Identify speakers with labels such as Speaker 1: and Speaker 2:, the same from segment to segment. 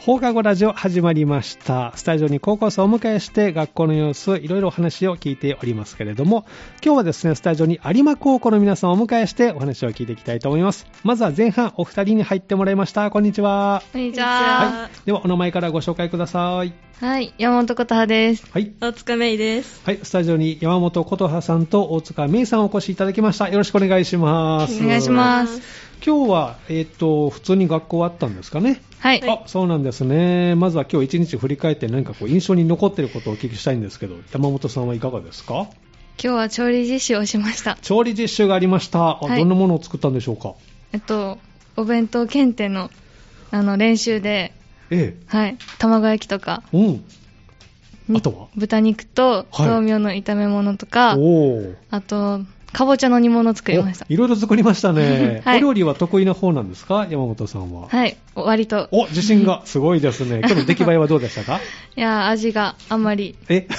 Speaker 1: 放課後ラジオ始まりました。スタジオに高校生をお迎えして学校の様子、いろいろお話を聞いておりますけれども、今日はですね、スタジオに有馬高校の皆さんをお迎えしてお話を聞いていきたいと思います。まずは前半お二人に入ってもらいました。こんにちは。
Speaker 2: こんにち
Speaker 1: は
Speaker 2: は。
Speaker 1: い。では、お名前からご紹介ください。
Speaker 2: はい、山本琴葉です。
Speaker 1: はい。
Speaker 2: 大塚芽衣です。
Speaker 1: はい、スタジオに山本琴葉さんと大塚芽衣さんをお越しいただきました。よろしくお願いします。。
Speaker 2: お願いします
Speaker 1: 今日は、えっ、と、普通に学校あったんですかね。
Speaker 2: はい。
Speaker 1: あ、そうなんですね。まずは今日一日振り返って何かこう印象に残っていることをお聞きしたいんですけど、山本さんはいかがですか
Speaker 2: 今日は調理実習をしました。
Speaker 1: 調理実習がありました。あ
Speaker 2: はい
Speaker 1: どんなものを作ったんでしょうか
Speaker 2: えっと、お弁当検定の、あの、練習で、
Speaker 1: え
Speaker 2: はい、卵焼きとか、
Speaker 1: え。うん。
Speaker 2: に
Speaker 1: あとは
Speaker 2: 豚肉と、
Speaker 1: はい
Speaker 2: 豆苗の炒め物とか、
Speaker 1: おー
Speaker 2: あと、かぼちゃの煮物を作りました、
Speaker 1: お。いろいろ作りましたね
Speaker 2: はい
Speaker 1: お料理は得意な方なんですか山本さんは。
Speaker 2: はい、割と、
Speaker 1: お、自信 がすごいですね。今日の出来栄えはどうでしたか
Speaker 2: いや、味があんまり、
Speaker 1: え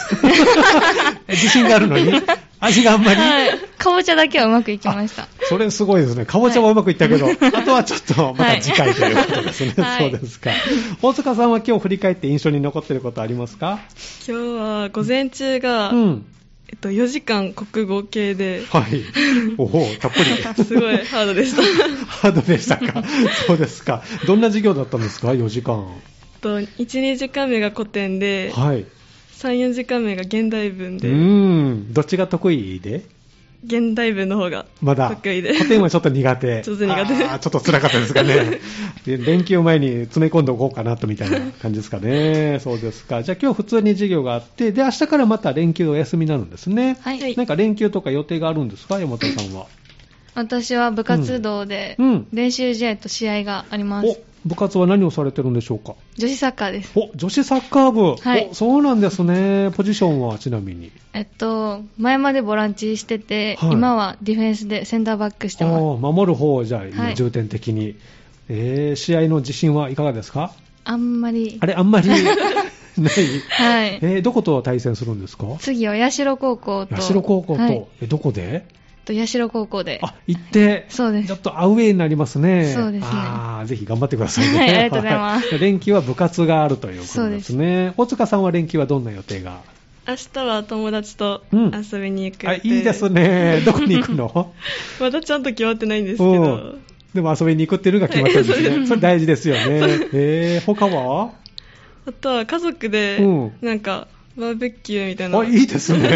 Speaker 1: 自信があるのに味があんまり、
Speaker 2: はい、かぼちゃだけはうまくいきました。
Speaker 1: それすごいですね。かぼちゃはうまくいったけど、あとはちょっとまた次回ということですね。
Speaker 2: はい
Speaker 1: そうですか。大塚さんは今日振り返って印象に残っていることありますか
Speaker 3: 今日は午前中が、
Speaker 1: うん。
Speaker 3: えっと、4時間国語系で、
Speaker 1: はい。おお、たっぷり。
Speaker 3: すごいハード でした。え
Speaker 1: ハードでしたか。そうですか。どんな授業だったんですか ?4 時間。
Speaker 3: っと1、2時間目が古典で、
Speaker 1: はい。
Speaker 3: 3、4時間目が現代文
Speaker 1: う
Speaker 3: で、
Speaker 1: ーん。どっちが得意で
Speaker 3: 現代文の方が
Speaker 1: まだ。
Speaker 3: 得意で、
Speaker 1: 古典はちょっと苦手。
Speaker 3: ちょっと苦手
Speaker 1: あーちょっと辛かったですか ね。で連休前に詰め込んでおこうかなとみたいな感じですかね。そうですか。じゃあ今日普通に授業があって、で、明日からまた連休お休みになるんですね。
Speaker 2: はい。
Speaker 3: はい
Speaker 1: なんか連休とか予定があるんですか山本さんは。
Speaker 2: 私は部活動で
Speaker 1: うんうん、
Speaker 2: 練習試合と試合があります。
Speaker 1: お、部活は何をされてるんでしょうか
Speaker 2: 女子サッカーです。
Speaker 1: お、女子サッカー部。
Speaker 2: はい
Speaker 1: お、そうなんですね。ポジションはちなみに。
Speaker 2: えっと、前までボランチしてて、
Speaker 1: はい
Speaker 2: 今はディフェンスでセンターバックして
Speaker 1: あ
Speaker 2: ます。
Speaker 1: ー守る方をじゃあ、
Speaker 2: はい
Speaker 1: 重点的に。えー、試合の自信はいかがですか
Speaker 2: あんまり
Speaker 1: あ。れ、あんまり ない。
Speaker 2: はい。
Speaker 1: えーどこと対戦するんですか
Speaker 2: 次は八代高校と。
Speaker 1: 社高校と、
Speaker 2: はい、
Speaker 1: えどこで
Speaker 2: と八代高校で。
Speaker 1: あ行って、
Speaker 2: そうです
Speaker 1: ちょっとアウェーになりますね、
Speaker 2: そうですね
Speaker 1: あーぜひ頑張ってくださいね、
Speaker 2: はいありがとうございます
Speaker 1: は 連休は部活があるということですね、大塚さんは連休はどんな予定が
Speaker 3: 明日は友達と
Speaker 1: うん
Speaker 3: 遊びに行く
Speaker 1: あ
Speaker 3: 予
Speaker 1: い
Speaker 3: 定
Speaker 1: いです ね、どこに行くの
Speaker 3: まだちゃんと決まってないんですけ
Speaker 1: う
Speaker 3: ど
Speaker 1: ん、でも遊びに行くっていうのが決まったんですね、それ大事ですよね、えー、他は
Speaker 3: あとは家族で
Speaker 1: うん、
Speaker 3: なんか、バーベキューみたいな。
Speaker 1: あいいですね、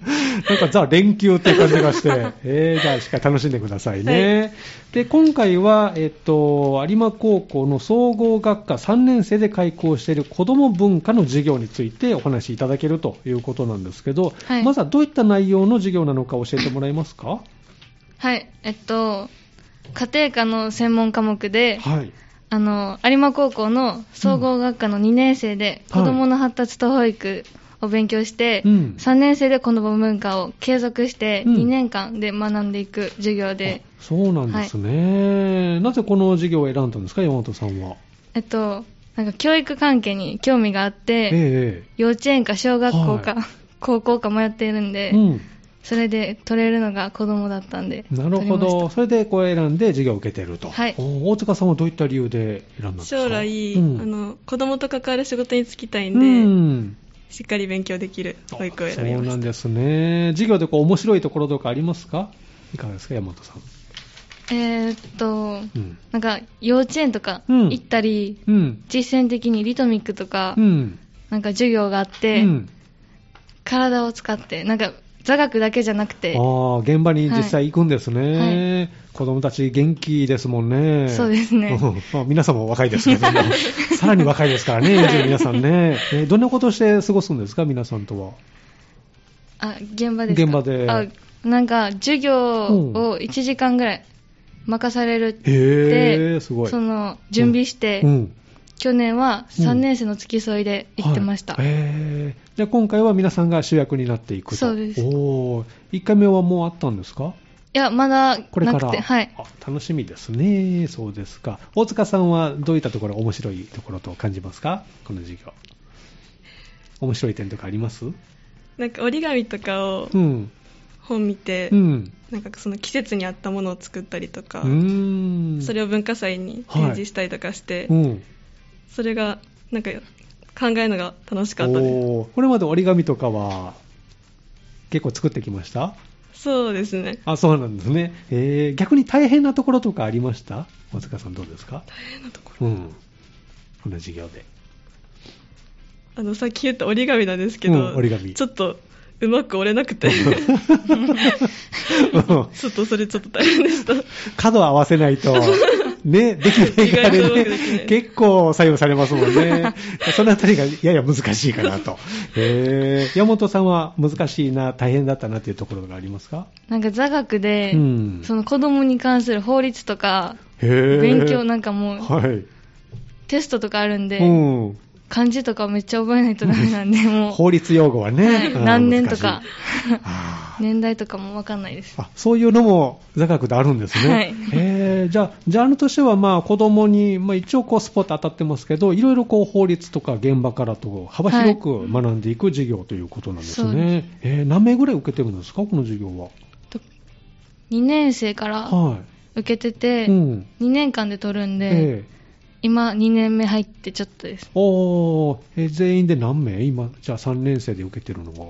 Speaker 1: なんかザ・連休っていう感じがして、 えー、じゃあ、しっかり楽しんでくださいね。で今回は、えっと、有馬高校の総合学科3年生で開校している子ども文化の授業についてお話しいただけるということなんですけど、
Speaker 2: はい
Speaker 1: まずはどういった内容の授業なのか教えてもらえますか。
Speaker 2: はい。えっと、家庭科の専門科目で、
Speaker 1: はい、
Speaker 2: あの、有馬高校の総合学科の2年生で、
Speaker 1: はい
Speaker 2: 子供の発達と保育を勉強して、
Speaker 1: うん
Speaker 2: 3年生で子供文化を継続して、
Speaker 1: うん
Speaker 2: 2年間で学んでいく授業で、
Speaker 1: あそうなんですね、なぜこの授業を選んだんですか、山本さんは。
Speaker 2: えっと、なんか教育関係に興味があって、
Speaker 1: え
Speaker 2: 幼稚園か小学校か、
Speaker 1: は
Speaker 2: 高校か迷っているん
Speaker 1: え
Speaker 2: で、
Speaker 1: うん
Speaker 2: それで取れるのが子供だったんで。
Speaker 1: なるほ
Speaker 2: 取り
Speaker 1: ど、
Speaker 2: まし
Speaker 1: それでこれ選んで授業を受けてると、
Speaker 2: はい
Speaker 1: お大塚さんはどういった理由で選んだんですか
Speaker 3: 将来、
Speaker 1: うん
Speaker 3: あの子供と関わる仕事に就きたいん
Speaker 1: う
Speaker 3: で、
Speaker 1: ん
Speaker 3: しっかり勉強できる保育を選び
Speaker 1: そう
Speaker 3: ま
Speaker 1: なん
Speaker 3: し
Speaker 1: ですね、授業でこう面白いところとかありますか、いかがですか、山本さん。
Speaker 2: たえーっと、
Speaker 1: うん
Speaker 2: なんか幼稚園とか
Speaker 1: うん
Speaker 2: 行ったり、
Speaker 1: うん
Speaker 2: 実践的にリトミックとか、
Speaker 1: うん
Speaker 2: なんか授業があって、
Speaker 1: うん
Speaker 2: 体を使って、なんか座学だけじゃなくて、
Speaker 1: ああ現場に実際行くんです
Speaker 2: はい
Speaker 1: ね、子供たち、元気ですもんね、
Speaker 2: そうですね
Speaker 1: うんまあ、皆さんも若いですけ ども、さらに若いですからね、40皆さんね、えーどんなことをして過ごすんですか、皆さんとは。
Speaker 2: あ、現場ですか
Speaker 1: 現場で
Speaker 2: あ、なんか授業を1時間ぐらい任されるって、
Speaker 1: へー、すごい。
Speaker 2: その、準備して、
Speaker 1: うん
Speaker 2: 去年は3年生の付き添いで行ってました。
Speaker 1: はいへーじゃあ今回は皆さんが主役になっていくと
Speaker 2: そうです
Speaker 1: お1回目はもうあったんですか
Speaker 2: いや、まだな
Speaker 1: これから
Speaker 2: くて、はい。
Speaker 1: あ楽しみですねそうですか大塚さんはどういったところ面白いところと感じますかこの授業面白い点とかあります
Speaker 3: たなんか折り紙とかを
Speaker 1: うん
Speaker 3: 本見て、
Speaker 1: うん
Speaker 3: なんかその季節に合ったものを作ったりとか、
Speaker 1: うーん
Speaker 3: それを文化祭に展示したりとかして、
Speaker 1: うん
Speaker 3: それがなんか考えるのが楽しかったです
Speaker 1: おーこれまで折り紙とかは結構作ってきました
Speaker 3: そうですね
Speaker 1: あそうなんですね、えー逆に大変なところとかありました大塚さんどうですか
Speaker 3: 大変なところ
Speaker 1: うんこの授業で
Speaker 3: あのさっき言った折り紙なんですけど、
Speaker 1: うん折り紙
Speaker 3: ちょっとうまく折れな くて
Speaker 1: うん
Speaker 3: ちょっとそれちょっと大変でした
Speaker 1: 角合わせない と、ね、できないから
Speaker 3: 意外とうま
Speaker 1: ね
Speaker 3: くできな、い
Speaker 1: 結構左右されますもん ね。そのあたりがやや難しいかなと。えー、山本さんは難しいな、大変だったなっていうところがありますか
Speaker 2: なんか座学で、
Speaker 1: うん
Speaker 2: その子供に関する法律とか、
Speaker 1: へー
Speaker 2: 勉強なんかもう
Speaker 1: はい。
Speaker 2: テストとかあるんで、
Speaker 1: うん。
Speaker 2: 漢字とかめっちゃ覚えないとダメなん で、もう、
Speaker 1: 法律用語は
Speaker 2: は
Speaker 1: ね
Speaker 2: い、
Speaker 1: うん
Speaker 2: 何年とか
Speaker 1: 難しいあー
Speaker 2: 年代とかもわかんないです。
Speaker 1: あそういうのも座学であるんですね。
Speaker 2: はい
Speaker 1: えーじゃあ、ジャンルとしては、まあ、子供に、まあ、一応こう、スポット当たってますけど、いろいろこう、法律とか現場からと、幅広く学んでいく授業ということなんです
Speaker 2: そう
Speaker 1: ね。
Speaker 2: で
Speaker 1: えー何名ぐらい受けてるんですか、この授業は。
Speaker 2: 2年生から
Speaker 1: は
Speaker 2: 受けて
Speaker 1: い。
Speaker 2: て、
Speaker 1: うん。
Speaker 2: 2年間で取るんで、
Speaker 1: え
Speaker 2: 今2年目入ってちょっとです。
Speaker 1: ーおーえー全員で何名今、じゃあ3年生で受けてるのは。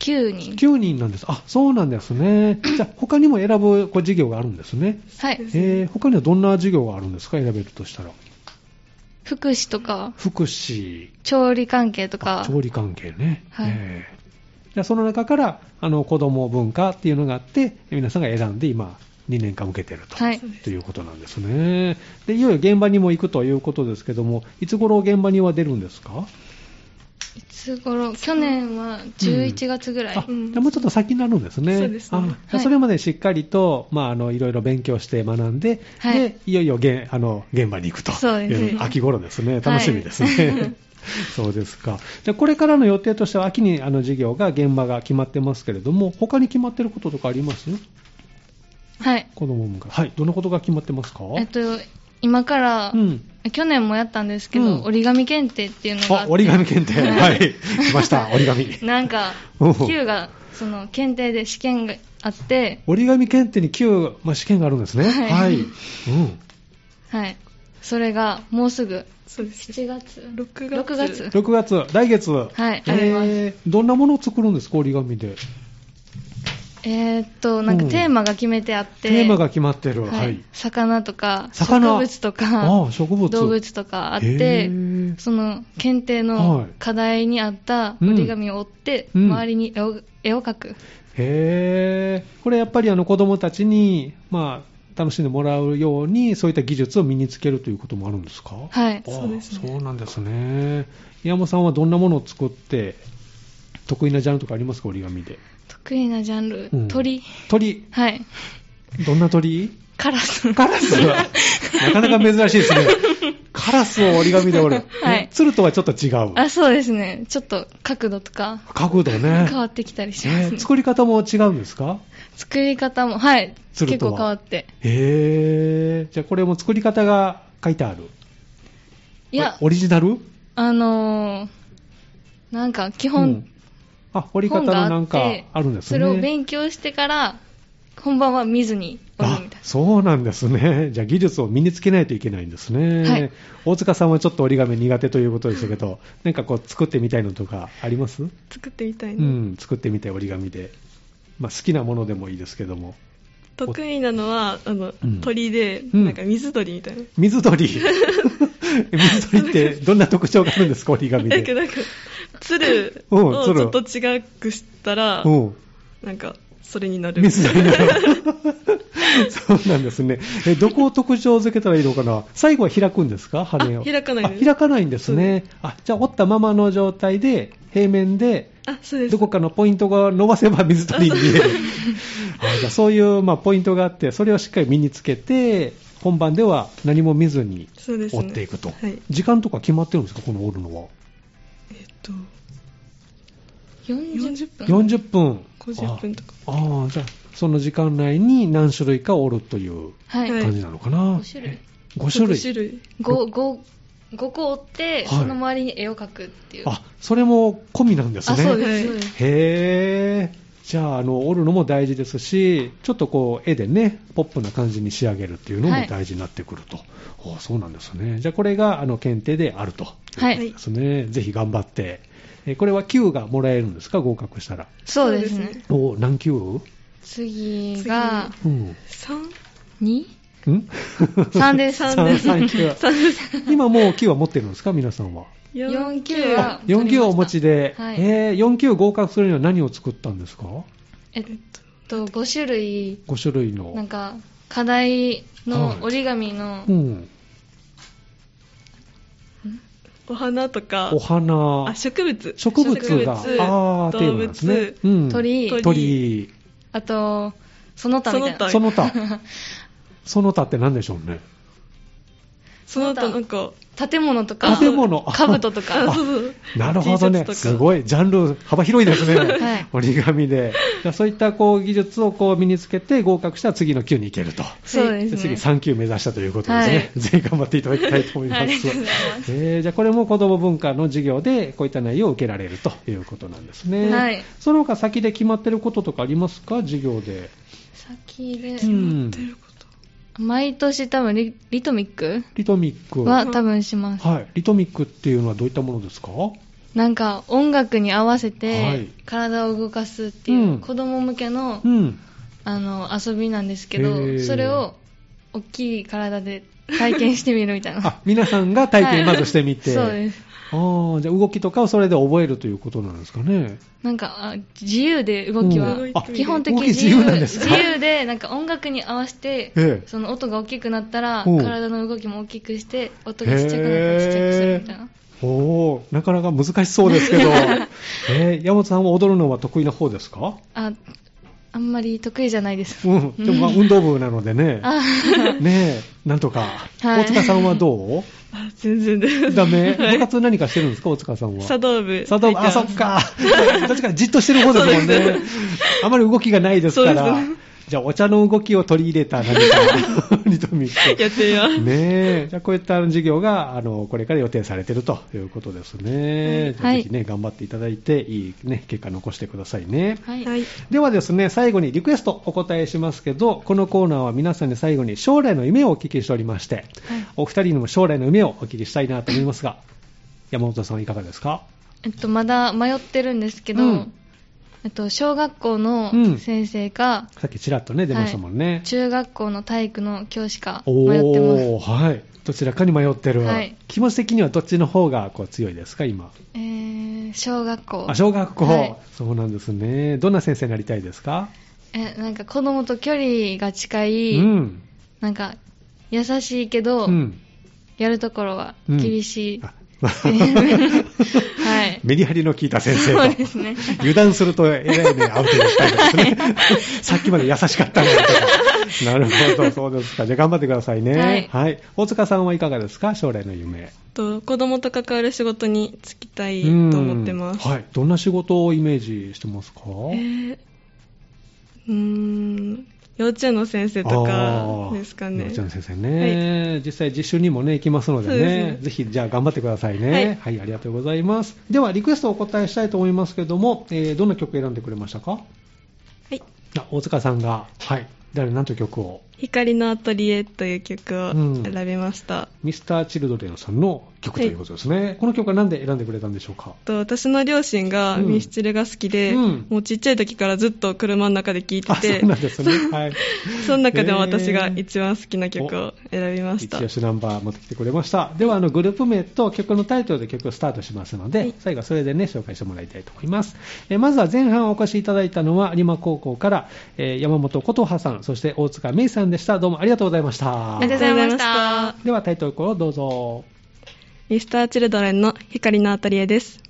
Speaker 2: 9人。
Speaker 1: 9人なんです。あ、そうなんです ね。じゃあ、他にも選ぶこう授業があるんですね。
Speaker 2: はい。
Speaker 1: えー他にはどんな授業があるんですか、選べるとしたら。
Speaker 2: 福祉とか、
Speaker 1: 福祉、
Speaker 2: 調理関係とか、
Speaker 1: 調理関係ね、
Speaker 2: はい
Speaker 1: ええじゃあその中からあの子ども文化っていうのがあって皆さんが選んで今2年間受けてると,、
Speaker 2: はい
Speaker 1: ということなんですねでいよいよ現場にも行くということですけどもいつ頃現場には出るんですか
Speaker 2: いつ頃、去年は11月ぐらい。
Speaker 1: あ、
Speaker 3: うん
Speaker 1: じゃあもうちょっと先になるんですね。
Speaker 3: そうですね
Speaker 1: あ
Speaker 3: はい
Speaker 1: じゃあそれまでしっかりと、まあ、あの、いろいろ勉強して学んで、
Speaker 2: はい
Speaker 1: で、いよいよげん、あの、現場に行くと。
Speaker 2: そうですね
Speaker 1: ん秋頃ですね。
Speaker 2: い
Speaker 1: 楽しみですね。 そうですか。じゃあこれからの予定としては、秋にあの授業が、現場が決まってますけれども、他に決まってることとかあります
Speaker 2: はい。
Speaker 1: 子供向かはい。どんなことが決まってますか
Speaker 2: えっと、今から、
Speaker 1: うん。
Speaker 2: 去年もやったんですけど、
Speaker 1: うん
Speaker 2: 折り紙検定っていうのがあ
Speaker 1: あ
Speaker 2: っ、て
Speaker 1: 折り紙検 定。はい。来ました、折り紙。
Speaker 2: なんか
Speaker 1: おう
Speaker 2: Q がその検定で試験があって、
Speaker 1: 折り紙検定に9、まあ、試験があるんですね。
Speaker 2: は
Speaker 1: う
Speaker 2: い
Speaker 1: ん。
Speaker 2: はい、それがもうすぐ
Speaker 3: そうです
Speaker 2: 7月
Speaker 3: 6月
Speaker 2: 6月
Speaker 1: 6月、来月。はい
Speaker 2: あります
Speaker 1: どんなものを作るんですか、折り紙で。
Speaker 2: えーっとなんかテーマが決めてあって、
Speaker 1: テーマが決まってる。
Speaker 2: はい
Speaker 1: はい。
Speaker 2: 魚とか
Speaker 1: 魚
Speaker 2: 植物と
Speaker 1: あ
Speaker 2: か
Speaker 1: あ、植物。
Speaker 2: 動物とかあっ
Speaker 1: へ
Speaker 2: て
Speaker 1: ー
Speaker 2: その検定
Speaker 1: は
Speaker 2: の
Speaker 1: い
Speaker 2: 課題に合った折り紙を折って、
Speaker 1: うん
Speaker 2: 周りに絵を絵を描く、
Speaker 1: へーこれやっぱりあの子供たちに、まあ、楽しんでもらうように、そういった技術を身につけるということもあるんですか
Speaker 2: はい
Speaker 1: ああ
Speaker 3: そうですね
Speaker 1: そうなんですね。岩本さんはどんなものを作って、得意なジャンルとかありますか、折り紙で。
Speaker 2: 得意なジャンル、
Speaker 1: うん
Speaker 2: 鳥
Speaker 1: 鳥。
Speaker 2: はい
Speaker 1: どんな鳥
Speaker 2: カラス
Speaker 1: カラスは、なかなか珍しいですね。カラスを折り紙で折る。
Speaker 2: はい
Speaker 1: ね鶴とはちょっと違う。
Speaker 2: あそうですねちょっと角度とか
Speaker 1: 角度ね。
Speaker 2: 変わってきたりしま
Speaker 1: ね
Speaker 2: すね。
Speaker 1: 作り方も違うんですか
Speaker 2: 作り方も、はい。
Speaker 1: する
Speaker 2: 結
Speaker 1: とは
Speaker 2: 構変わって。
Speaker 1: へー。じゃあこれも作り方が書いてある。
Speaker 2: いや
Speaker 1: お、オリジナル
Speaker 2: あのー、なんか基
Speaker 1: う
Speaker 2: 本
Speaker 1: ん、あ、折り方
Speaker 2: 本があ
Speaker 1: の
Speaker 2: って
Speaker 1: なんかあるんです
Speaker 2: そ
Speaker 1: ね。
Speaker 2: れを勉強してから、本番は見ずに折るみたい
Speaker 1: あそうなんですね。じゃあ技術を身につけないといけないんですね。
Speaker 2: はい
Speaker 1: 大塚さんはちょっと折り紙苦手ということでしたけど、なんかこう作ってみたいのとかあります
Speaker 3: 作ってみたいな、
Speaker 1: うん、作ってみて折り紙で、まあ、好きなものでもいいですけども
Speaker 3: 得意なのはあの、
Speaker 1: うん
Speaker 3: 鳥で、
Speaker 1: うん
Speaker 3: なんか水鳥みたいな、
Speaker 1: 水 鳥水鳥ってどんな特徴があるんですか折り紙
Speaker 3: なんか
Speaker 1: で、
Speaker 3: なんか鶴
Speaker 1: うん
Speaker 3: をち
Speaker 1: 鶴
Speaker 3: ょっと違くしたら、
Speaker 1: うん、
Speaker 3: なんかそれになる
Speaker 1: 水鳥なの そうなんですねえどこを特徴づけたらいいのかな最後は開くんですか羽を
Speaker 3: あ開かないです
Speaker 1: あ開かないんですねあじゃあ折ったままの状態で平面で
Speaker 3: あそうです
Speaker 1: どこかのポイントが伸ばせば水鳥に見 える。あじゃあそういう、まあ、ポイントがあって、それをしっかり身につけて、本番では何も見ずに
Speaker 3: そうですね
Speaker 1: 折っていくと。
Speaker 3: はい
Speaker 1: 時間とか決まってるんですか、この折るのは。
Speaker 3: えっと
Speaker 2: な。40分。
Speaker 1: 40分。
Speaker 3: 50分とか
Speaker 1: あああ、じゃあ、その時間内に何種類か折るという
Speaker 2: はい。
Speaker 3: はい
Speaker 1: 感じなのかな。
Speaker 2: 5種類。
Speaker 1: 5種類。
Speaker 3: 5種類
Speaker 2: 5、5、5個折って、
Speaker 1: はい
Speaker 2: その周りに絵を描くっていう。
Speaker 1: あ、それも込みなんですね。
Speaker 2: あそう
Speaker 3: は
Speaker 2: で
Speaker 3: い
Speaker 2: す、そうです。
Speaker 1: へえ、じゃあ、あの、折るのも大事ですし、ちょっとこう、絵でね、ポップな感じに仕上げるっていうのも大事になってくると。おーそうなんですね。じゃあ、これが、あの、検定であると。
Speaker 2: は
Speaker 3: はいい。
Speaker 1: ですね。ぜひ頑張って。えーこれは級がもらえるんですか合格したら。
Speaker 2: そうです
Speaker 3: そうです
Speaker 2: ね
Speaker 3: ね。
Speaker 1: おー何級うん。
Speaker 2: 次が、
Speaker 1: うん
Speaker 3: 三
Speaker 2: 2?
Speaker 1: 3
Speaker 2: 3です。
Speaker 1: 3級。今もう級は持ってるんですか 皆さんは。
Speaker 2: 4級は取りました、
Speaker 1: 4級をお持ちで。
Speaker 2: はい
Speaker 1: えー、4級合格するには何を作ったんですか
Speaker 2: えっと、5種類、
Speaker 1: ?5 種類の。
Speaker 2: なんか、課題
Speaker 1: は
Speaker 2: の
Speaker 1: い
Speaker 2: 折り紙の、
Speaker 1: うん。
Speaker 3: お花とか
Speaker 1: お花
Speaker 3: あ。植物
Speaker 1: 植物が、あーテ
Speaker 3: 動
Speaker 1: ーマなんですね
Speaker 3: 物。
Speaker 1: うん
Speaker 2: 鳥
Speaker 1: 鳥。
Speaker 2: あと、その他みたいな。
Speaker 3: その他
Speaker 1: その 他。その他って何でしょうね。
Speaker 3: その他なんか
Speaker 2: 建物とか、
Speaker 1: 建物あ
Speaker 2: 兜と
Speaker 3: あ
Speaker 2: か、
Speaker 3: そうそう
Speaker 1: なるほどね。
Speaker 3: T シャツと
Speaker 1: す
Speaker 3: か
Speaker 1: ごい。ジャンル幅広いですね。
Speaker 2: はい
Speaker 1: 折り紙 で。じゃあそういったこう技術をこう身につけて合格したら次の級に行けると。
Speaker 2: そうで
Speaker 1: です次
Speaker 2: ね。
Speaker 1: 3級目指したということですね。
Speaker 2: はい
Speaker 1: ぜひ頑張っていただきたいと思います。
Speaker 2: ありがとうございます
Speaker 1: えーじゃあこれも子ども文化の授業でこういった内容を受けられるということなんですね。
Speaker 2: はい
Speaker 1: その他先で決まってることとかありますか授業で。
Speaker 2: 先で、
Speaker 1: うん
Speaker 3: どういうこと
Speaker 2: 毎年多分リ、リトミック
Speaker 1: リトミック。
Speaker 2: は多分します。
Speaker 1: はい。リトミックっていうのはどういったものですか
Speaker 2: なんか、音楽に合わせ
Speaker 1: はい
Speaker 2: て、体を動かすっていう、
Speaker 1: うん
Speaker 2: 子供向けの、
Speaker 1: うん。
Speaker 2: あの、遊びなんですけ
Speaker 1: へ
Speaker 2: ど、
Speaker 1: ー
Speaker 2: それを、大きい体で体験してみるみたいな。
Speaker 1: あ、皆さんが体験まずしてみて。
Speaker 2: そうです。
Speaker 1: ああ、じゃあ動きとかをそれで覚えるということなんですかね。
Speaker 2: なんか、あ自由で動きは
Speaker 3: うん、
Speaker 1: あ
Speaker 2: 基本的
Speaker 1: 動き
Speaker 2: に
Speaker 1: 自由なんですか
Speaker 2: 自由で、なんか音楽に合わせて、
Speaker 1: ええ
Speaker 2: その音が大きくなったら、
Speaker 1: うん
Speaker 2: 体の動きも大きくして、音がちっちゃくなったらちっちゃくするみたいな。
Speaker 1: おお、なかなか難しそうですけど。えー、山本さんは踊るのは得意な方ですか
Speaker 2: あ、あんまり得意じゃないです。
Speaker 1: うん。でもまあ運動部なのでね。
Speaker 2: あ、
Speaker 1: ねえ、なんとか。
Speaker 2: はい
Speaker 1: 大塚さんはどう
Speaker 3: あ全然です
Speaker 1: ダメ部活何かしてるんですか大塚さんは。
Speaker 3: 茶道部
Speaker 1: 茶道部あ、そっか。確かにじっとしてる方ですもん
Speaker 3: そ
Speaker 1: ね
Speaker 3: うで。
Speaker 1: あまり動きがないですから
Speaker 3: そうで。
Speaker 1: じゃあ、お茶の動きを取り入れた何か、リトミック。
Speaker 3: やってよ
Speaker 1: ねえ、じゃあこういった授業があのこれから予定されているということですね。じゃあ
Speaker 2: はい
Speaker 1: ぜひね、頑張っていただいて、いい、ね、結果残してくださいね。
Speaker 2: はい。
Speaker 3: はい
Speaker 1: ではですね、最後にリクエストお答えしますけど、このコーナーは皆さんに最後に将来の夢をお聞きしておりまして、お二人にも将来の夢をお聞きしたいなと思いますが、山本さんはいかがですか
Speaker 2: えっと、まだ迷ってるんですけど、
Speaker 1: うん
Speaker 2: えっと、小学校
Speaker 1: うん
Speaker 2: の先生か、
Speaker 1: さっきちらっとね、出ましたもんね。
Speaker 2: 中学校の体育の教師か
Speaker 1: お
Speaker 2: 迷ってます。
Speaker 1: ー、はい。どちらかに迷ってる。
Speaker 2: はい
Speaker 1: 気持ち的にはどっちの方がこう強いですか、今。
Speaker 2: えー、小学校。
Speaker 1: あ小学校、
Speaker 2: はい
Speaker 1: そうなんですね。どんな先生になりたいですか、
Speaker 2: え、なんか子供と距離が近い、
Speaker 1: うん。
Speaker 2: なんか優しいけど、
Speaker 1: う ん。
Speaker 2: やるところは厳し い。
Speaker 1: あ
Speaker 2: はい。
Speaker 1: メリハリの効いた先生と。
Speaker 2: そうですね。
Speaker 1: 油断するとえらい目に遭うというスタイル ですね。さっきまで優しかったのにとか。なるほど、そうですか。じゃあ頑張ってくださいね。はい。大塚さんはいかがですか将来の夢。
Speaker 3: と子供と関わる仕事に就きたいと思ってます、
Speaker 1: うんはい。どんな仕事をイメージしてますか、
Speaker 3: えーうーん幼稚園の先生とかですか
Speaker 1: あー
Speaker 3: ね
Speaker 1: 幼稚園の先生ね、実際実習にもね行きますので
Speaker 3: そう
Speaker 1: ね
Speaker 3: ですね
Speaker 1: ぜひじゃあ頑張ってくださいねは
Speaker 3: はいい、
Speaker 1: ありがとうございますではリクエストをお答えしたいと思いますけども、えーどんな曲選んでくれましたか
Speaker 3: はい
Speaker 1: あ大塚さんがはい誰なんと曲を
Speaker 3: 光のアトリエという曲を
Speaker 1: うん
Speaker 3: 選びました、
Speaker 1: ミスターチルドレンさんの曲ということですね、この曲は何で選んでくれたんでしょうか
Speaker 3: と私の両親が
Speaker 1: うん
Speaker 3: ミスチルが好きで、
Speaker 1: うん
Speaker 3: もうちっちゃい時からずっと車の中で聴いて
Speaker 1: あ
Speaker 3: て
Speaker 1: そうなんですねはい
Speaker 3: その中でも
Speaker 1: へー
Speaker 3: 私が一番好きな曲を選びまし
Speaker 1: 一
Speaker 3: た
Speaker 1: 押しナンバー持ってきてくれましたではあのグループ名と曲のタイトルで曲をスタートしますので、
Speaker 3: はい
Speaker 1: 最後はそれでね紹介してもらいたいと思いますえーまずは前半お越しいただいたのは有馬高校から、えー山本琴葉さんそして大塚芽衣さんでしたどうもありがとうございました
Speaker 2: ありがとうございまし
Speaker 3: ありが
Speaker 2: た
Speaker 3: とうございま。
Speaker 1: ではタイトルコールをどうぞ
Speaker 3: ミスターチルドレンの光のアトリエです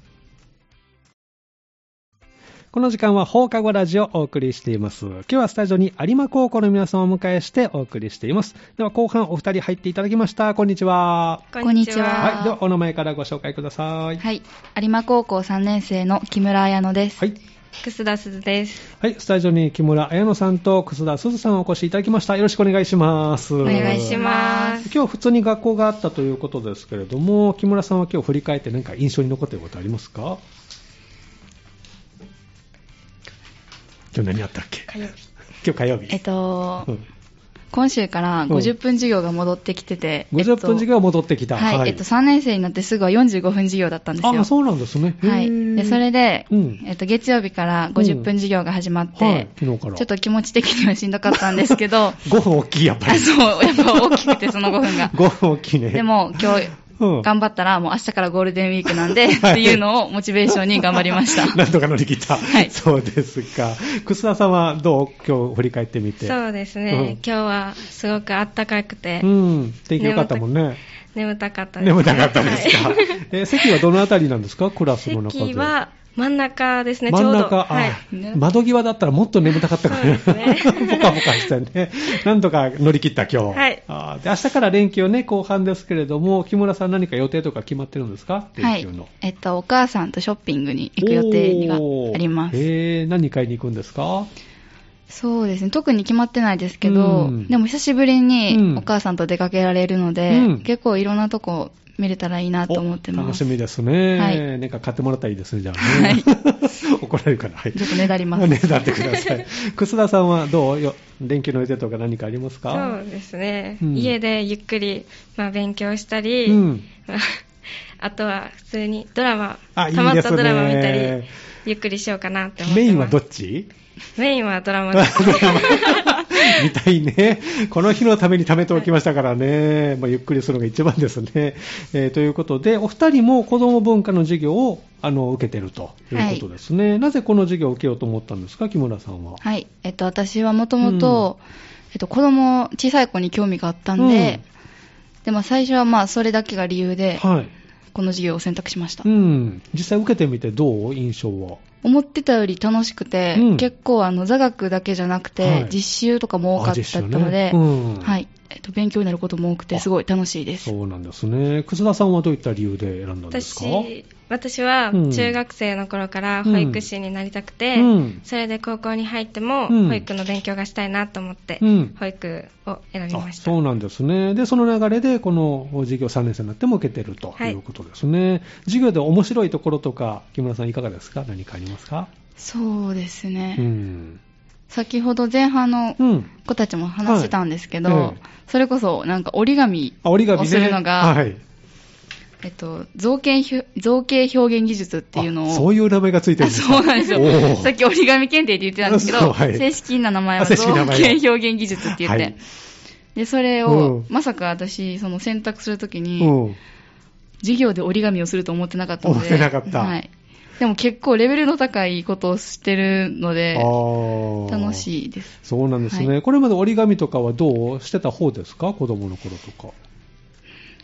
Speaker 1: この時間は放課後ラジオをお送りしています。今日はスタジオに有馬高校の皆さんをお迎えしてお送りしています。では後半お二人入っていただきました。こんにちは。
Speaker 2: こんにちは
Speaker 1: はい。ではお名前からご紹介ください。
Speaker 4: はい。有馬高校3年生の木村彩乃です。
Speaker 1: はい。
Speaker 2: 楠田鈴です。
Speaker 1: はい、スタジオに木村彩乃さんと楠田すずさんをお越しいただきました。よろしくお願いします。お
Speaker 4: お
Speaker 2: 願いします。
Speaker 1: 今日普通に学校があったということですけれども、木村さんは今日振り返って何か印象に残っていることありますか今日何あったっけ
Speaker 2: 火曜日。
Speaker 1: 今日火曜日。
Speaker 4: えっと、
Speaker 1: うん
Speaker 4: 今週から
Speaker 1: うん
Speaker 4: 50分授業が戻ってきてて、
Speaker 1: 50分授業
Speaker 4: えっ
Speaker 1: は戻ってき
Speaker 4: と
Speaker 1: た。
Speaker 4: はい、えっと、3年生になってすぐは45分授業だったんですよ。
Speaker 1: あ、そうなんですね。
Speaker 4: は
Speaker 1: へ
Speaker 4: い、
Speaker 1: ー
Speaker 4: でそれで、
Speaker 1: うん
Speaker 4: えっと、月曜日から50分授業が始まって、
Speaker 1: はい、昨日から。
Speaker 4: ちょっと気持ち的にはしんどかったんですけ ど、
Speaker 1: 5分大きい、やっぱ
Speaker 4: あ
Speaker 1: り。
Speaker 4: そう、やっぱ大きくて、その5 分が。
Speaker 1: 5分大きいね。
Speaker 4: で、も、今日、
Speaker 1: うん。
Speaker 4: 頑張ったら、もう明日からゴールデンウィークなんで、 っていうのをモチベーションに頑張りました。
Speaker 1: なんとか乗り切った。
Speaker 4: はい
Speaker 1: そうですか。楠田さんはどう今日振り返ってみて。
Speaker 3: そうです
Speaker 1: うん
Speaker 3: ね、今日はすごくあったかくて、
Speaker 1: うん。天気良かったもんね。
Speaker 3: 眠たかったです。
Speaker 1: 眠たかったですか。えー席はどのあたりなんですかクラスの中で。
Speaker 3: 席は真ん中ですね、ち
Speaker 1: 真
Speaker 3: ょ
Speaker 1: ん
Speaker 3: うど。
Speaker 1: 中、あ
Speaker 3: はい。
Speaker 4: ね
Speaker 1: 窓際だったらもっと眠たかったから、
Speaker 3: そうですね
Speaker 1: ぽかぽかしてね、なんとか乗り切った今日。
Speaker 3: はい
Speaker 1: あーで明日から連休ね、後半ですけれども、木村さん何か予定とか決まってるんですか
Speaker 4: は
Speaker 1: 連
Speaker 4: い
Speaker 1: 休の。。
Speaker 4: えっと、お母さんとショッピングに行く予定がありま
Speaker 1: お
Speaker 4: す。
Speaker 1: ーえー、何買いに行くんですか
Speaker 4: そうですね。特に決まってないですけど、
Speaker 1: うん
Speaker 4: でも久しぶり
Speaker 1: うん
Speaker 4: にお母さんと出かけられるので、
Speaker 1: うん
Speaker 4: 結構いろんなとこ見れたらいいなと思って
Speaker 1: お
Speaker 4: ま
Speaker 1: 楽し
Speaker 4: す。ち
Speaker 1: みですね。
Speaker 4: はい
Speaker 1: なんか買ってもらったらいいですね、じゃあね。 怒られるかな。はい。
Speaker 4: ょっとねだります。
Speaker 1: ねだってくださ い。楠田さんはどうよ連休の予定とか何かありますか
Speaker 3: そうですね、
Speaker 1: うん
Speaker 3: 家でゆっくり、まあ、勉強したり、
Speaker 1: うん
Speaker 3: まああとは普通にドラマ、
Speaker 1: あいい
Speaker 3: たまっ
Speaker 1: で
Speaker 3: た
Speaker 1: すね
Speaker 3: ドラマ見たり、ゆっくりしようかなって思って
Speaker 1: メ
Speaker 3: ます。
Speaker 1: インはどっち
Speaker 3: メインはドラマです。
Speaker 1: みたいね。この日のために貯めておきましたからね。まあ、ゆっくりするのが一番ですね。えーということで、お二人も子ども文化の授業をあの受けてるということですね、なぜこの授業を受けようと思ったんですか、木村さんは。
Speaker 4: はい。えっと、私はもともと、えっと、子供、小さい子に興味があったんで、で、まあ最初はまあそれだけが理由
Speaker 1: うん
Speaker 4: で、
Speaker 1: はい。
Speaker 4: この授業を選択しました
Speaker 1: う。ん。実際受けてみてどう印象は。
Speaker 4: 思ってたより楽しくて、
Speaker 1: うん
Speaker 4: 結構あの座学だけじゃなくて、
Speaker 1: はい
Speaker 4: 実習とかも多かったので、
Speaker 1: あ実習ねうん
Speaker 4: はいえっと、勉強になることも多く
Speaker 1: あ
Speaker 4: て、すごい楽しいです。
Speaker 1: そうなんですね。楠田さんはどういった理由で選んだんですか
Speaker 3: 私私は
Speaker 1: うん
Speaker 3: 中学生の頃から保育士になりたくて、
Speaker 1: うん
Speaker 3: それで高校に入っても
Speaker 1: うん
Speaker 3: 保育の勉強がしたいなと思って、
Speaker 1: うん
Speaker 3: 保育を選び
Speaker 1: あ
Speaker 3: ました
Speaker 1: そうなんですね。で、その流れで、この授業3年生になっても受けてると
Speaker 3: はい
Speaker 1: いうことですね。授業で面白いところとか、木村さんいかがですか何かありますか
Speaker 4: そうですね、
Speaker 1: うん。
Speaker 4: 先ほど前半の
Speaker 1: うん。
Speaker 4: 子たちも話してたんですけど、
Speaker 1: はいええ
Speaker 4: それこそなんか折り紙
Speaker 1: あ、折り紙
Speaker 4: を
Speaker 1: ね。
Speaker 4: するのが、
Speaker 1: はい。っ
Speaker 4: えっと、造形ひょ造形表現技術っていうのを、
Speaker 1: そういう名前がついてる
Speaker 4: あ
Speaker 1: んです
Speaker 4: そうなんですよ
Speaker 1: おー。
Speaker 4: さっき折り紙検定って言ってたんですけ
Speaker 1: そう
Speaker 4: ど、
Speaker 1: はい
Speaker 4: 正式な名前
Speaker 1: あ
Speaker 4: は
Speaker 1: 正
Speaker 4: 造
Speaker 1: 式な名前
Speaker 4: 形表現技術って言って、
Speaker 1: はい
Speaker 4: で、それを、
Speaker 1: うん
Speaker 4: まさか私、その選択するときに、
Speaker 1: うん。
Speaker 4: 授業で折り紙をすると思ってなかったの
Speaker 1: 思
Speaker 4: で。
Speaker 1: ってなかった
Speaker 4: はい。でも結構レベルの高いことをしてるので、
Speaker 1: あ
Speaker 4: 楽
Speaker 1: い。
Speaker 4: しいです。
Speaker 1: そうなんですね、
Speaker 4: は
Speaker 1: これまで折り紙とかはどうしてた方ですか子供の頃とか。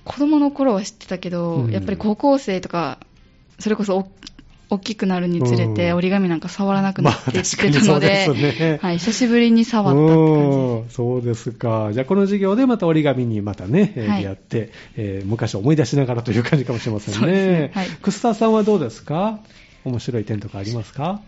Speaker 4: 子供の頃は知ってたけど、
Speaker 1: うん
Speaker 4: やっぱり高校生とか、それこそお大きくなるにつれて
Speaker 1: うん
Speaker 4: 折り紙なんか触らなくなってきて
Speaker 1: まあ確か
Speaker 4: た
Speaker 1: にそ
Speaker 4: の
Speaker 1: うで
Speaker 4: で、
Speaker 1: すね
Speaker 4: はい、久しぶりに触ったって感じです
Speaker 1: うんそうですか。じゃあ、この授業でまた折り紙にまたね、えー
Speaker 4: はい
Speaker 1: やって、えー昔を思い出しながらという感じかもしれませんね。
Speaker 4: そうですねはい
Speaker 1: 楠田さんはどうですか面白い点とかありますか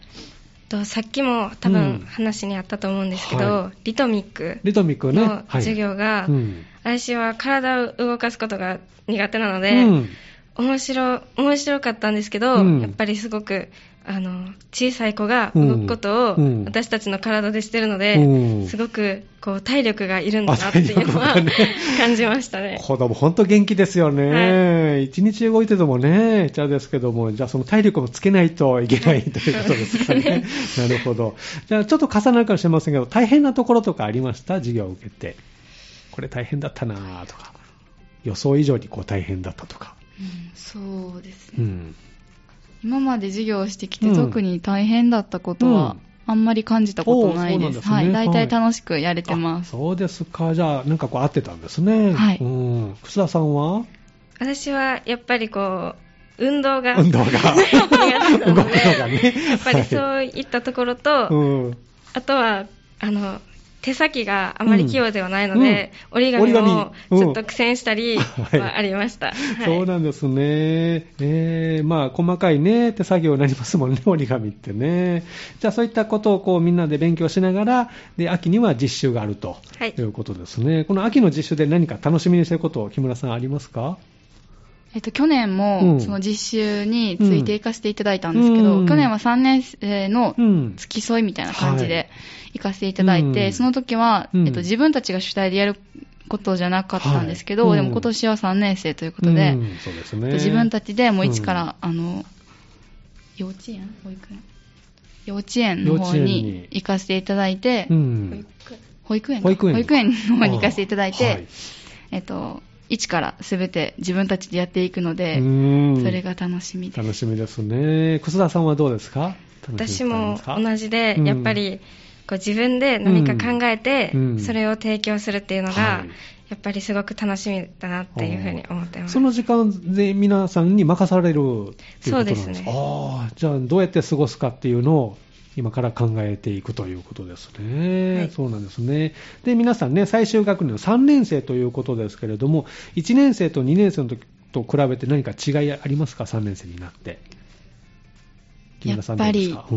Speaker 3: とさっきも
Speaker 1: う
Speaker 3: 多
Speaker 1: ん
Speaker 3: 分話にあったと思うんですけど、
Speaker 1: は
Speaker 3: リトミック
Speaker 1: リトミックね。
Speaker 3: の授業が、
Speaker 1: うん
Speaker 3: 私は体を動かすことが苦手なの
Speaker 1: う
Speaker 3: で、
Speaker 1: ん。
Speaker 3: 面白面白かったんですけど、
Speaker 1: うん
Speaker 3: やっぱりすごくあの小さい子が動くことを
Speaker 1: うん
Speaker 3: 私たちの体でしてるので、
Speaker 1: うん
Speaker 3: すごくこう体力がいるんだな
Speaker 1: あ
Speaker 3: っていうの
Speaker 1: 体
Speaker 3: は、
Speaker 1: 力がね
Speaker 3: 感じましたね。
Speaker 1: 子供、ほんと元気ですよね。一、日動いててもね、ちゃうですけども、じゃあその体力もつけないといけないということですかね。 なるほど。じゃあちょっと重なるかもしれませんけど、大変なところとかありました授業を受けて。これ大変だったなぁとか。予想以上にこう大変だったとか。
Speaker 4: うんそうですね。
Speaker 1: うん。
Speaker 4: 今まで授業をしてき
Speaker 1: う
Speaker 4: て
Speaker 1: ん
Speaker 4: 特に大変だったこと
Speaker 1: う
Speaker 4: は
Speaker 1: ん
Speaker 4: あんまり感じたことない
Speaker 1: おーそうなん
Speaker 4: で。
Speaker 1: ですすね
Speaker 4: はい。大
Speaker 1: はい
Speaker 4: 体楽しくやれてます。
Speaker 1: あそうですか。じゃあなんかこう合ってたんですね。
Speaker 4: はい
Speaker 1: うん。楠田さんは
Speaker 3: 私はやっぱりこう運動が
Speaker 1: 運動が。
Speaker 3: 苦手な
Speaker 1: 動くの
Speaker 3: ので
Speaker 1: がね。
Speaker 3: やっぱり
Speaker 1: は
Speaker 3: そういったところと、
Speaker 1: いうん。
Speaker 3: あとはあの手先があまり器用ではないので、折り紙も
Speaker 1: 折り紙うん
Speaker 3: ちょっと苦戦した り
Speaker 1: はい
Speaker 3: はありました。はい
Speaker 1: そうなんですね。えー、まあ、細かいね、手作業になりますもんね、 折り紙ってね。じゃあ、そういったことをこう、みんなで勉強しながら、で、秋には実習があると。
Speaker 3: はい
Speaker 1: い。うことですね。この秋の実習で何か楽しみにしてること、木村さんありますか
Speaker 4: えっと、去年
Speaker 1: うん
Speaker 4: もその実習について行かせていただいたんですけど、
Speaker 1: うん
Speaker 4: 去年は3年生の
Speaker 1: うん。
Speaker 4: 付き添いみたいな感じ
Speaker 1: は
Speaker 4: で行かせていただいて、
Speaker 1: うん
Speaker 4: その時は、
Speaker 1: うん
Speaker 4: えっと、自分たちが主体でやることじゃなかったんですけど、
Speaker 1: はいうん
Speaker 4: でも今年は3年生ということで、
Speaker 1: うんそうですね。
Speaker 4: 自分た
Speaker 1: ち
Speaker 4: ちでもう一から、あの幼稚園保育園幼稚園の方
Speaker 1: 幼稚園に
Speaker 4: に行かせていただいて、
Speaker 1: うん。
Speaker 4: 保育園か
Speaker 1: 保育園
Speaker 4: 保育園の方に行かせていただいて、
Speaker 1: あーはい
Speaker 4: えっと一からすべて自分たちでやっていくので、
Speaker 1: うん
Speaker 4: それが楽しみです
Speaker 1: 楽しみですね。楠田さんはどうですか
Speaker 3: 私も
Speaker 1: じ。
Speaker 3: 同じで、
Speaker 1: うん
Speaker 3: やっぱりこう自分で何か考えて、
Speaker 1: うん
Speaker 3: それを提供するっていうのが、
Speaker 1: はい
Speaker 3: やっぱりすごく楽しみだなっていうふうに思ってます。
Speaker 1: その時間で皆さんに任されるっていうことなんです
Speaker 3: そうですね
Speaker 1: ああ、じゃあどうやって過ごすかっていうのを今から考えていくということですね。
Speaker 3: はい
Speaker 1: そうなんですね。で、皆さんね、最終学年の3年生ということですけれども、1年生と2年生の時と比べて何か違いありますか ?3 年生になって。木村さんどうですか
Speaker 4: やっぱ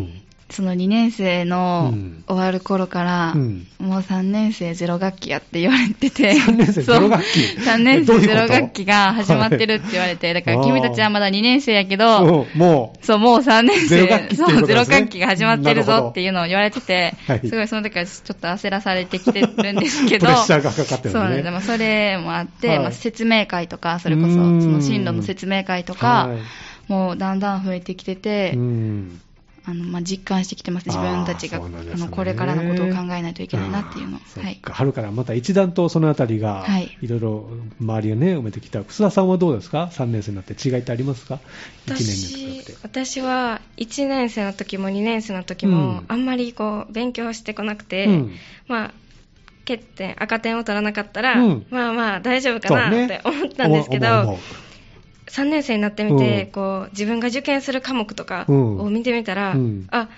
Speaker 4: その2年生の
Speaker 1: うん
Speaker 4: 終わる頃から、
Speaker 1: うん
Speaker 4: もう3年生ゼロ学期やって言われてて、
Speaker 1: 3年生ゼロ学期
Speaker 4: 3年
Speaker 1: どうい
Speaker 4: 生
Speaker 1: う
Speaker 4: ゼ
Speaker 1: こと
Speaker 4: ロ学期が始まってるって言われて、だから君たちはまだ2年生やけ
Speaker 1: う
Speaker 4: ど、
Speaker 1: ん、もう、
Speaker 4: そう、もう3年
Speaker 1: ゼロ
Speaker 4: 生、
Speaker 1: 学期っていう
Speaker 4: そ
Speaker 1: こと
Speaker 4: う、
Speaker 1: で
Speaker 4: ゼ
Speaker 1: すね
Speaker 4: ロ学期が始まってる
Speaker 1: なるほど
Speaker 4: ぞっていうのを言われてて、
Speaker 1: はい
Speaker 4: すごいその時からちょっと焦らされてきてるんですけど、
Speaker 1: プレッシャーがかかってるね
Speaker 4: そうなんです。まあそれもあって、
Speaker 1: はい
Speaker 4: まあ説明会とか、それこそ、
Speaker 1: う
Speaker 4: そ
Speaker 1: ん
Speaker 4: の進路の説明会とか、
Speaker 1: はい
Speaker 4: もうだんだん増えてきてて、
Speaker 1: うん
Speaker 4: あのまあ、実感してきてます、自分たちが
Speaker 1: あー
Speaker 4: あ、
Speaker 1: そうなんですね
Speaker 4: のこれからのことを考えないといけないなっていうの、
Speaker 1: あー
Speaker 4: は
Speaker 1: そ
Speaker 4: い
Speaker 1: っ、か春からまた一段とそのあたりが、
Speaker 4: はいい、
Speaker 1: ろいろ周りをね埋めてきた楠田さんはどうですか3年生になって違いってありますか1年生
Speaker 3: 私
Speaker 1: と比べて
Speaker 3: 私は1年生の時も2年生の時
Speaker 1: う
Speaker 3: も
Speaker 1: ん
Speaker 3: あんまりこう勉強してこなくて、
Speaker 1: うん
Speaker 3: まあ欠点赤点を取らなかったら、
Speaker 1: うん
Speaker 3: まあまあ大丈夫かなって思ったんですけど、
Speaker 1: 思う思う思う
Speaker 3: 3年生になってみて、
Speaker 1: うん
Speaker 3: こう自分が受験する科目とか
Speaker 1: うん
Speaker 3: を見てみたら、
Speaker 1: うん
Speaker 3: あ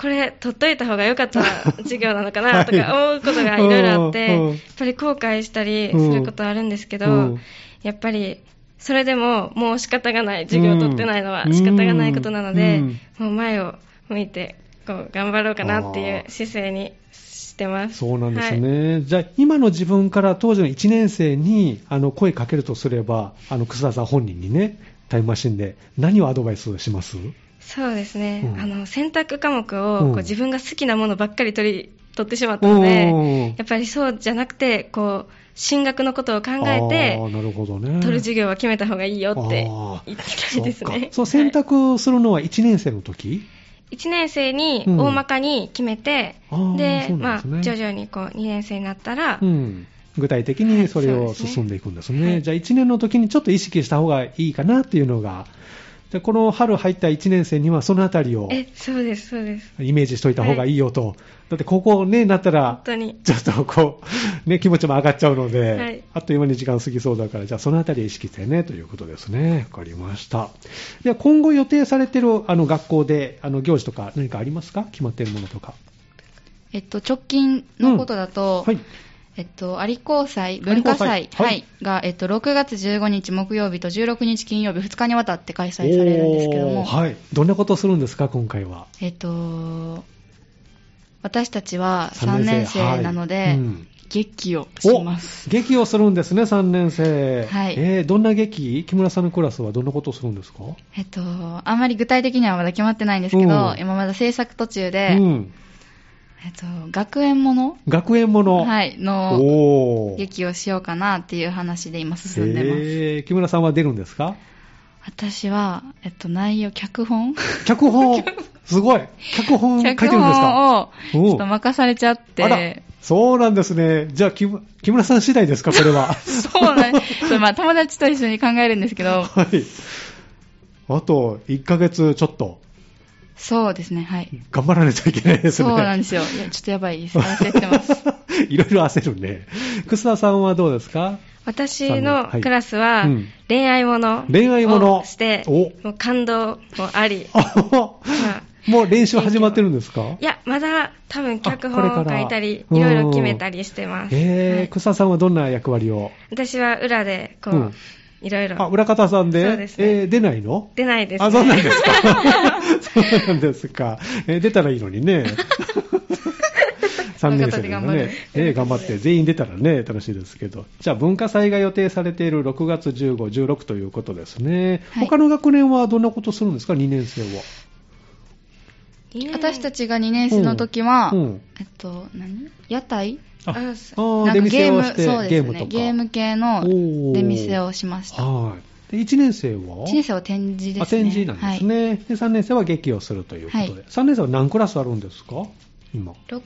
Speaker 3: これ取っといた方が良かった 授業なのかなとか思うことがいろいろあって、
Speaker 1: うんうん
Speaker 3: やっぱり後悔したりすることはあるんですけど、
Speaker 1: うん
Speaker 3: やっぱりそれでももう仕方がない授業を取ってないのは仕方がないことなので、
Speaker 1: うん
Speaker 3: もう前を向いてこう頑張ろうかなっていう姿勢にしてます。
Speaker 1: そうなんです
Speaker 3: はい
Speaker 1: ね、じゃあ今の自分から当時の1年生にあの声かけるとすればあの楠田さん本人にねタイムマシンで何をアドバイスします
Speaker 3: そうですね、
Speaker 1: うん
Speaker 3: あの選択科目を
Speaker 1: うん
Speaker 3: こう自分が好きなものばっかり取り取ってしまったの
Speaker 1: うん
Speaker 3: で、やっぱりそうじゃなくて、こう進学のことを考えて
Speaker 1: あー、なるほどね
Speaker 3: 取る授業は決めた方がいいよって
Speaker 1: あー
Speaker 3: 言ってたいです
Speaker 1: そっか
Speaker 3: ね。
Speaker 1: そう選択するのは1年生の時、
Speaker 3: 1年生に
Speaker 1: うん
Speaker 3: 大まかに決めて、
Speaker 1: あー
Speaker 3: で
Speaker 1: そうなん
Speaker 3: ま
Speaker 1: で
Speaker 3: あ
Speaker 1: すね、
Speaker 3: 徐々にこう2年生になったら、
Speaker 1: うん、具体的にそれ
Speaker 3: は
Speaker 1: を
Speaker 3: いそうですね
Speaker 1: 進んでいくんです
Speaker 3: は
Speaker 1: ね。
Speaker 3: い
Speaker 1: じゃあ1年の時にちょっと意識した方がいいかなっていうのが、じゃあこの春入った1年生にはそのあたりを
Speaker 3: え、そうです、そうです、
Speaker 1: イメージしといた方がいいよと。だって高校ね、なった
Speaker 3: 本
Speaker 1: ら、
Speaker 3: 当に、
Speaker 1: ちょっとこう、ね、気持ちも上がっちゃうので、
Speaker 3: はい
Speaker 1: あっという間に時間過ぎそうだから、じゃあそのあたり意識してね、ということですね。わかりました。では今後予定されてるあの学校で、あの行事とか何かありますか決まってるものとか。
Speaker 4: えっと、直近のことだと、
Speaker 1: はい。
Speaker 4: えっと、有高祭、文化
Speaker 1: 有
Speaker 4: 祭、
Speaker 1: 功祭
Speaker 4: は
Speaker 1: はい
Speaker 4: いが、えっと、6月15日木曜日と16日金曜日、2日にわたって開催されるんですけど
Speaker 1: お
Speaker 4: も、
Speaker 1: ーはい。どんなことするんですか、今回は。
Speaker 4: えっと、私たちは
Speaker 1: 3
Speaker 4: 3
Speaker 1: 年
Speaker 4: 年
Speaker 1: 生
Speaker 4: 生なので、
Speaker 1: はいうん
Speaker 4: 劇をします。
Speaker 1: 劇をするんですね、3年生。
Speaker 4: はい
Speaker 1: えーどんな劇木村さんのクラスはどんなことをするんですか
Speaker 4: えっと、あんまり具体的にはまだ決まってないんですけ
Speaker 1: うん
Speaker 4: ど、今まだ制作途中で、
Speaker 1: うん。
Speaker 4: えっと、学園もの、
Speaker 1: 学園もの。
Speaker 4: はい、の
Speaker 1: おー。
Speaker 4: 劇をしようかなっていう話で今進んでます。
Speaker 1: えー木村さんは出るんですか
Speaker 4: 私は、えっと、内容、脚 本
Speaker 1: 脚 本。すごい。脚本書いて
Speaker 4: 脚
Speaker 1: るんですか
Speaker 4: 本を、ち
Speaker 1: うん
Speaker 4: ょっと任されちゃっ
Speaker 1: あら
Speaker 4: て、。
Speaker 1: そうなんですね。じゃあ、木村木村さん次第ですか、これ は。
Speaker 4: そうなんそうまあ、友達と一緒に考えるんですけど、
Speaker 1: はい。あと、1ヶ月ちょっと、
Speaker 4: そうですね、はい。
Speaker 1: 頑張らないといけないです
Speaker 4: そ
Speaker 1: ね。
Speaker 4: うなんですよ。いや、ちょっとやばいです。焦って ます。
Speaker 1: いろいろ焦るね。楠田さんはどうですか
Speaker 3: 私のクラスは
Speaker 1: うん
Speaker 3: 恋愛もの
Speaker 1: 恋愛もの
Speaker 3: をして、
Speaker 1: お
Speaker 3: もう感動もあり、
Speaker 1: あ
Speaker 3: まあ
Speaker 1: もう練習始まってるんですか
Speaker 3: いや、まだ多分脚
Speaker 1: あこ
Speaker 3: 本
Speaker 1: れか
Speaker 3: を
Speaker 1: ら
Speaker 3: 書いたり、
Speaker 1: うん
Speaker 3: いろいろ決めたりしてます。
Speaker 1: へ
Speaker 3: は
Speaker 1: え、
Speaker 3: い
Speaker 1: 草さんはどんな役割を
Speaker 3: 私は裏で、こ
Speaker 1: う、
Speaker 3: うんいろい
Speaker 1: あ、
Speaker 3: ろ
Speaker 1: 裏方さんで
Speaker 3: そうですね
Speaker 1: えー出ないの
Speaker 3: 出ないですね。
Speaker 1: あ、そうなんですか。そうなんですか。えー出たらいいのにね。 3年生で
Speaker 2: 頑張って
Speaker 1: ねね、頑張って、全員出たらね、楽しいですけど、じゃあ、文化祭が予定されている6月15、16ということですね、
Speaker 4: はい
Speaker 1: 他の学年はどんなことするんですか、2年生は。
Speaker 4: 私た
Speaker 3: ち、
Speaker 4: ちが2年生の時は、
Speaker 1: うん
Speaker 4: えっと、何屋台
Speaker 1: あ
Speaker 3: あ
Speaker 1: あ
Speaker 3: そ
Speaker 1: ー
Speaker 4: なんか
Speaker 1: 出店
Speaker 4: ゲー
Speaker 1: を
Speaker 4: ム、
Speaker 1: して
Speaker 4: そう
Speaker 1: ゲ
Speaker 4: で
Speaker 1: ー
Speaker 4: す
Speaker 1: ムと
Speaker 4: ね。
Speaker 1: か。
Speaker 4: ゲーム系の
Speaker 1: おー
Speaker 4: 出店をしました。
Speaker 1: はい。で、1年生は
Speaker 4: 1年生は展示ですね。
Speaker 1: あ展示なんです
Speaker 4: はい
Speaker 1: ね、で、3年生は劇をするということで、
Speaker 4: は
Speaker 1: 3年生は何クラスあるんですか、今。
Speaker 2: 6,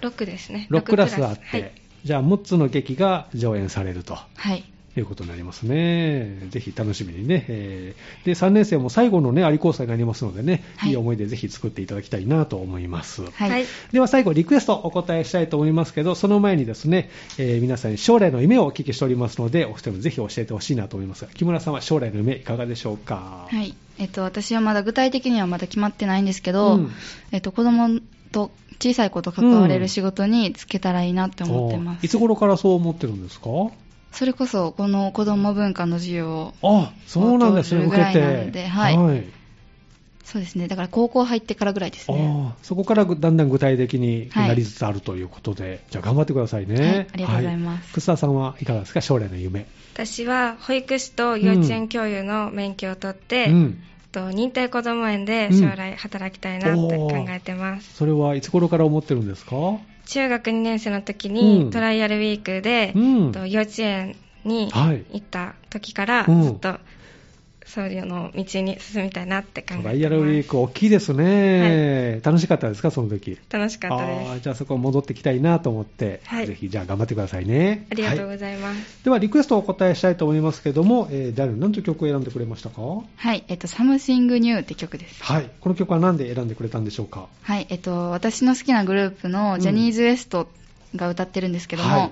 Speaker 2: 6ですね。
Speaker 1: 6クラスあって、
Speaker 2: はい。
Speaker 1: じゃあ6つの劇が上演されると。
Speaker 4: はい。
Speaker 1: いうことになりますね。ぜひ楽しみにね。えーで、3年生も最後のね、有効祭になりますのでね、
Speaker 4: はい
Speaker 1: いい思い出ぜひ作っていただきたいなと思います。
Speaker 4: はい。
Speaker 3: はい
Speaker 1: では最後、リクエストお答えしたいと思いますけど、その前にですね、えー皆さんに将来の夢をお聞きしておりますので、お二人もぜひ教えてほしいなと思いますが、木村さんは将来の夢いかがでしょうか
Speaker 4: はいえっと、私はまだ具体的にはまだ決まってないんですけど、
Speaker 1: うん
Speaker 4: えっと、子供と小さい子と関われる仕事につけたらいいなって思ってま
Speaker 1: あ
Speaker 4: す、
Speaker 1: ーいつ頃からそう思ってるんですか
Speaker 4: それこそこの子供文化の授業を
Speaker 1: あ、そうなんですね、
Speaker 4: もう
Speaker 1: 受
Speaker 4: 当時
Speaker 1: け
Speaker 4: ぐらいなの
Speaker 1: て。
Speaker 4: ではいそうですねだから高校入ってからぐらいですね
Speaker 1: ああそこからぐだんだん具体的に
Speaker 4: はい
Speaker 1: なりつつあるということで、じゃあ頑張ってくださいね、
Speaker 4: はいありがとうございます
Speaker 1: はい草さんはいかがですか将来の夢
Speaker 3: 私は保育士と幼稚園教諭の免許を取って、
Speaker 1: うん、
Speaker 3: と認定こども園で将来働きたいなって考えてます、
Speaker 1: それはいつ頃から思ってるんですか
Speaker 3: 中学2年生の時
Speaker 1: う
Speaker 3: に
Speaker 1: ん
Speaker 3: トライアルウィークで、
Speaker 1: うん
Speaker 3: と幼稚園に
Speaker 1: はい
Speaker 3: 行った時から
Speaker 1: うん
Speaker 3: ずっとそういうの道に進みたいなって考え
Speaker 1: ト
Speaker 3: て
Speaker 1: ラ
Speaker 3: ます
Speaker 1: イアルウィーク大きいですね、楽しかったですかその時
Speaker 3: 楽しかったで
Speaker 1: あ
Speaker 3: す
Speaker 1: ーじゃあそこ戻ってきたいなと思って、
Speaker 3: はい
Speaker 1: ぜひじゃあ頑張ってくださいね
Speaker 3: ありがとう
Speaker 1: はい
Speaker 3: ございます、
Speaker 1: ではリクエストをお答えしたいと思いますけども、えー、誰何という曲を選んでくれましたか
Speaker 4: はいえっと「サムシングニュー」って曲です
Speaker 1: はいこの曲は何で選んでくれたんでしょうか
Speaker 4: はいえっと私の好きなグループのジャニーズ WEST が歌ってるんですけども、
Speaker 1: はい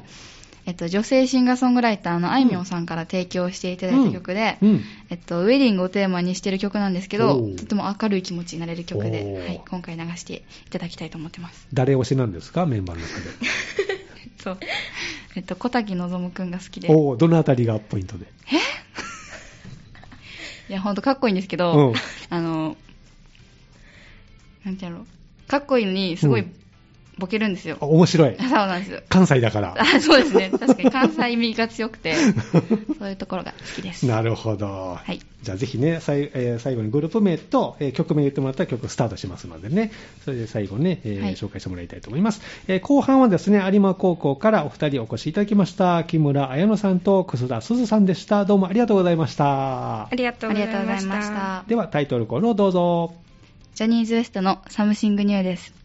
Speaker 4: えっと、女性シンガーソングライターのあいみょんさんから提供していただいた曲で、
Speaker 1: うん
Speaker 4: えっと、ウェディングをテーマにしてる曲なんですけど
Speaker 1: おー
Speaker 4: とても明るい気持ちになれる曲で、
Speaker 1: おー
Speaker 4: はい、今回流していただきたいと思ってます、
Speaker 1: 誰推しなんですかメンバーの中で
Speaker 3: そう
Speaker 4: えっと、小滝のぞむくんが好きで
Speaker 1: おお、どのあたりがポイントで。
Speaker 4: いやほんとかっこいいんですけ
Speaker 1: う
Speaker 4: ど、
Speaker 1: ん
Speaker 4: あのなんてやろうかっこいいのにすご
Speaker 1: う
Speaker 4: い
Speaker 1: ん
Speaker 4: ボケるんですよ、
Speaker 1: あ面白い
Speaker 4: そ。うなんですよ
Speaker 1: 関西だから。
Speaker 4: あそうですね確かに関西味が強 くてそういうところが好きです
Speaker 1: なるほど。
Speaker 4: はい
Speaker 1: じゃあぜひね、さいえー最後にグループ名と、えー曲名言ってもらったら曲スタートしますのでね、それで最後ね、えー
Speaker 4: はい
Speaker 1: 紹介してもらいたいと思います、えー後半はですね、有馬高校からお二人お越しいただきました、木村彩乃さんと楠田すずさんでした。どうもありがとうございました
Speaker 3: あ。りがとうございました
Speaker 4: ありがとうございました
Speaker 1: ではタイトルコールをどうぞ。
Speaker 4: ジャニーズ WEST の「サムシングニュー」です